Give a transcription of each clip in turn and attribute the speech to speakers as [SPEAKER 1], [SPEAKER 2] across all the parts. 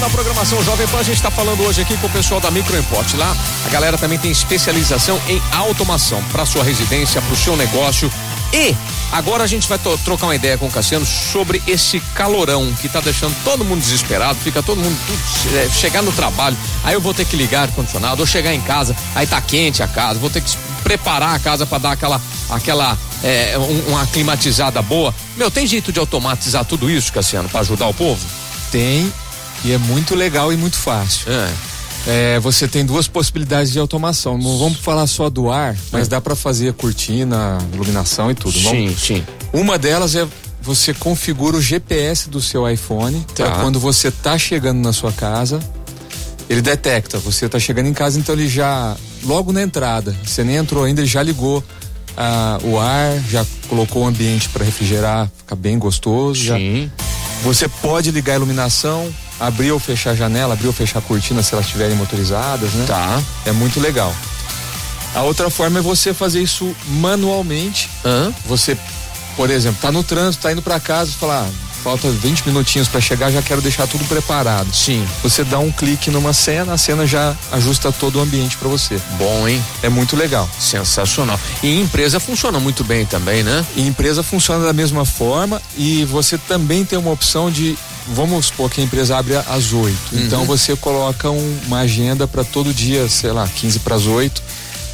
[SPEAKER 1] na programação Jovem Pan, a gente está falando hoje aqui com o pessoal da Microimport. Lá, a galera também tem especialização em automação para sua residência, para o seu negócio. E agora a gente vai trocar uma ideia com o Cassiano sobre esse calorão que está deixando todo mundo desesperado, fica todo mundo tudo, é, chegar no trabalho, aí eu vou ter que ligar o condicionado, ou chegar em casa, aí tá quente a casa, vou ter que preparar a casa para dar aquela aquela é, um, uma climatizada boa. Meu, tem jeito de automatizar tudo isso, Cassiano, para ajudar o povo?
[SPEAKER 2] Tem, e é muito legal e muito fácil.
[SPEAKER 1] É.
[SPEAKER 2] É, você tem duas possibilidades de automação. Não vamos falar só do ar, mas dá para fazer cortina, iluminação e tudo.
[SPEAKER 1] Sim,
[SPEAKER 2] Vamos-
[SPEAKER 1] sim.
[SPEAKER 2] Uma delas é você configura o GPS do seu iPhone
[SPEAKER 1] Tá.
[SPEAKER 2] para quando você tá chegando na sua casa, ele detecta. Você tá chegando em casa, então ele já logo na entrada. Você nem entrou ainda, ele já ligou ah, o ar, já colocou o ambiente para refrigerar, fica bem gostoso. já-
[SPEAKER 1] Sim.
[SPEAKER 2] você pode ligar a iluminação, abrir ou fechar a janela, abrir ou fechar a cortina se elas estiverem motorizadas, né?
[SPEAKER 1] Tá.
[SPEAKER 2] É muito legal. A outra forma é você fazer isso manualmente.
[SPEAKER 1] Hã?
[SPEAKER 2] Você, por exemplo, tá no trânsito, tá indo para casa, falar, falta 20 minutinhos para chegar, já quero deixar tudo preparado.
[SPEAKER 1] Sim.
[SPEAKER 2] Você dá um clique numa cena, a cena já ajusta todo o ambiente para você.
[SPEAKER 1] Bom, hein?
[SPEAKER 2] É muito legal.
[SPEAKER 1] Sensacional. E em empresa funciona muito bem também, né?
[SPEAKER 2] E empresa funciona da mesma forma e você também tem uma opção de vamos supor que a empresa abre às 8.
[SPEAKER 1] Uhum.
[SPEAKER 2] Então você coloca um- uma agenda para todo dia, sei lá, 15 para as 8.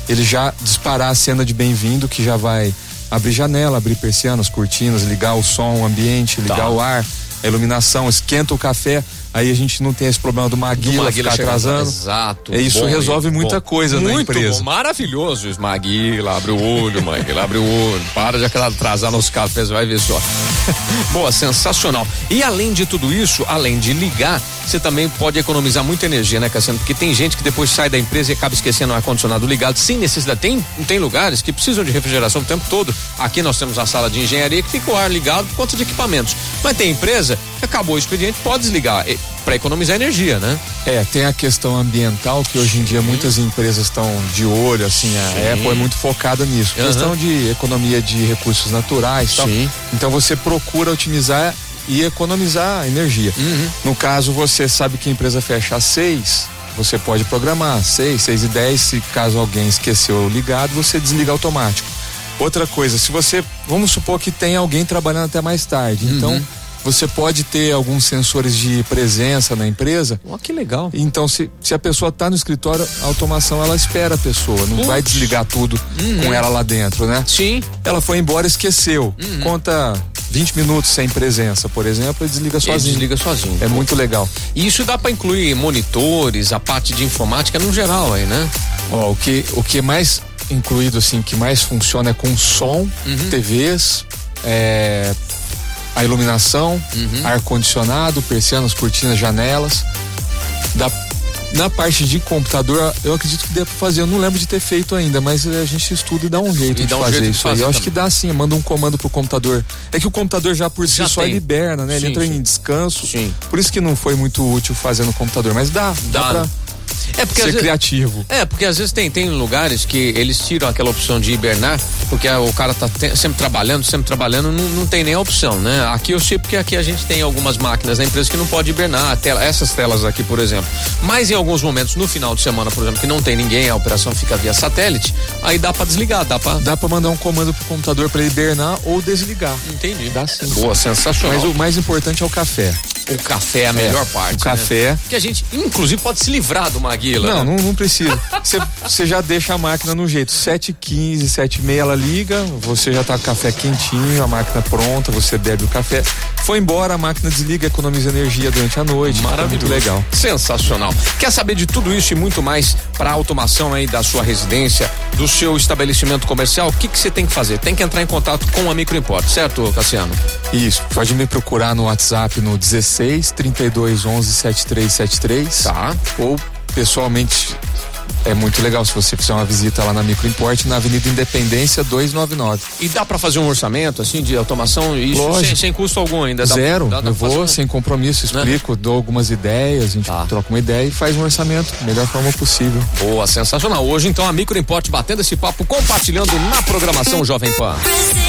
[SPEAKER 2] Ele já disparar a cena de bem-vindo que já vai abrir janela, abrir persianas, cortinas, ligar o som, o ambiente, ligar
[SPEAKER 1] Tá.
[SPEAKER 2] o ar, a iluminação, esquenta o café. Aí a gente não tem esse problema do maguila,
[SPEAKER 1] Maguila
[SPEAKER 2] ficar
[SPEAKER 1] chega
[SPEAKER 2] atrasando.
[SPEAKER 1] Exato.
[SPEAKER 2] É, isso
[SPEAKER 1] bom,
[SPEAKER 2] resolve
[SPEAKER 1] bom.
[SPEAKER 2] muita coisa na
[SPEAKER 1] Muito
[SPEAKER 2] empresa.
[SPEAKER 1] Bom, maravilhoso, isso, Maguila. Abre o olho, Maguila. Abre o olho. Para de atrasar nos cafés, vai ver só. Boa, sensacional. E além de tudo isso, além de ligar, você também pode economizar muita energia, né, Cassiano? Porque tem gente que depois sai da empresa e acaba esquecendo o ar-condicionado ligado sem necessidade. Tem, tem lugares que precisam de refrigeração o tempo todo. Aqui nós temos a sala de engenharia que fica o ar ligado por conta de equipamentos. Mas tem empresa que acabou o expediente, pode desligar para economizar energia, né?
[SPEAKER 2] É, tem a questão ambiental que hoje em dia muitas empresas estão de olho, assim, a
[SPEAKER 1] Sim.
[SPEAKER 2] Apple é muito focada nisso.
[SPEAKER 1] Aham.
[SPEAKER 2] Questão de economia de recursos naturais e tal.
[SPEAKER 1] Sim.
[SPEAKER 2] Então você procura otimizar e economizar energia.
[SPEAKER 1] Uhum.
[SPEAKER 2] No caso, você sabe que a empresa fecha às seis, você pode programar seis, seis e dez, se caso alguém esqueceu ligado, você desliga automático. Outra coisa, se você, vamos supor que tem alguém trabalhando até mais tarde,
[SPEAKER 1] Uhum.
[SPEAKER 2] então você pode ter alguns sensores de presença na empresa
[SPEAKER 1] Ó, que legal.
[SPEAKER 2] então, se, se a pessoa tá no escritório, a automação ela espera a pessoa, não
[SPEAKER 1] Putz.
[SPEAKER 2] vai desligar tudo com ela lá dentro, né?
[SPEAKER 1] Sim.
[SPEAKER 2] Ela foi embora, esqueceu. Conta 20 minutos sem presença, por exemplo, e desliga sozinho.
[SPEAKER 1] Sozinho. Liga sozinho.
[SPEAKER 2] É muito legal.
[SPEAKER 1] E isso dá pra incluir monitores, a parte de informática no geral aí, né?
[SPEAKER 2] Ó, o que o que é mais incluído assim, que mais funciona é com som,
[SPEAKER 1] Uhum.
[SPEAKER 2] TVs, é, a iluminação,
[SPEAKER 1] Uhum.
[SPEAKER 2] ar condicionado, persianas, cortinas, janelas. Da, na parte de computador, eu acredito que dê pra fazer. Eu não lembro de ter feito ainda, mas eh, a gente estuda e dá um jeito,
[SPEAKER 1] E
[SPEAKER 2] de,
[SPEAKER 1] dá um
[SPEAKER 2] fazer
[SPEAKER 1] jeito de
[SPEAKER 2] isso aí.
[SPEAKER 1] fazer
[SPEAKER 2] Eu acho que
[SPEAKER 1] também.
[SPEAKER 2] dá sim, manda um comando pro computador. É que o computador já por si
[SPEAKER 1] Já
[SPEAKER 2] só
[SPEAKER 1] tem.
[SPEAKER 2] ele hiberna, né?
[SPEAKER 1] Sim,
[SPEAKER 2] ele entra
[SPEAKER 1] sim.
[SPEAKER 2] em descanso.
[SPEAKER 1] Sim.
[SPEAKER 2] Por isso que não foi muito útil fazer no computador, mas dá, dá,
[SPEAKER 1] Dá.
[SPEAKER 2] pra
[SPEAKER 1] É porque,
[SPEAKER 2] ser
[SPEAKER 1] às vezes,
[SPEAKER 2] criativo.
[SPEAKER 1] é, porque às vezes tem, tem lugares que eles tiram aquela opção de hibernar, porque ah, o cara tá te- sempre trabalhando, sempre trabalhando, não, não tem nem a opção, né? Aqui eu sei porque aqui a gente tem algumas máquinas na empresa que não pode hibernar, a tela- essas telas aqui, por exemplo. Mas em alguns momentos, no final de semana, por exemplo, que não tem ninguém, a operação fica via satélite, aí dá pra desligar, dá pra.
[SPEAKER 2] Dá pra mandar um comando pro computador pra ele hibernar ou desligar.
[SPEAKER 1] Entendi.
[SPEAKER 2] Dá sim.
[SPEAKER 1] Boa, sensacional.
[SPEAKER 2] Mas o mais importante é o café.
[SPEAKER 1] O café é a melhor parte.
[SPEAKER 2] o café.
[SPEAKER 1] Né? Que a gente, inclusive, pode se livrar do Maguila.
[SPEAKER 2] Não,
[SPEAKER 1] né?
[SPEAKER 2] não, não precisa. Você- Você já deixa a máquina no jeito. 7h15, 7h30 ela liga, você já tá com o café quentinho, a máquina pronta, você bebe o café. Foi embora, a máquina desliga, economiza energia durante a noite. Fica
[SPEAKER 1] Maravilhoso.
[SPEAKER 2] Muito legal.
[SPEAKER 1] Sensacional. Quer saber de tudo isso e muito mais para automação aí da sua residência, do seu estabelecimento comercial? O que que você tem que fazer? Tem que entrar em contato com a Microimport, certo, Cassiano?
[SPEAKER 2] Isso, pode me procurar no WhatsApp no 16 32 11 7373.
[SPEAKER 1] Tá.
[SPEAKER 2] Ou pessoalmente é muito legal se você fizer uma visita lá na Microimport na Avenida Independência 299.
[SPEAKER 1] E dá para fazer um orçamento assim de automação e isso
[SPEAKER 2] Lógico.
[SPEAKER 1] sem, sem custo algum ainda? Dá-
[SPEAKER 2] Zero,
[SPEAKER 1] dá- dá
[SPEAKER 2] eu
[SPEAKER 1] pra
[SPEAKER 2] vou
[SPEAKER 1] fazer um-
[SPEAKER 2] sem compromisso, explico, dou algumas ideias, a gente
[SPEAKER 1] Tá.
[SPEAKER 2] troca uma ideia e faz um orçamento, melhor forma possível.
[SPEAKER 1] Boa, sensacional. Hoje então a Microimport batendo esse papo, compartilhando na programação Jovem Pan.
[SPEAKER 3] Brazil.